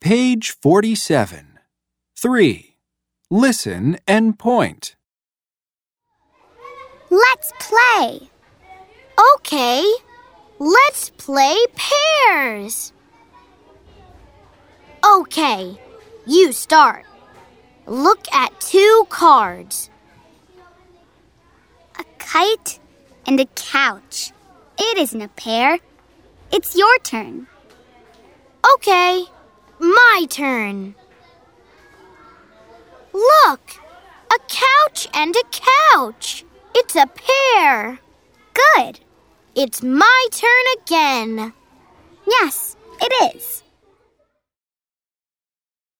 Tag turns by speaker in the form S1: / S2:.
S1: Page 47. 3. Listen and point.
S2: Let's play. Okay, let's play pairs. Okay, you start. Look at two cards a kite and a couch. It isn't a pair. It's your turn. Okay, my turn. Look, a couch and a couch. It's a pair. Good. It's my turn again. Yes, it is.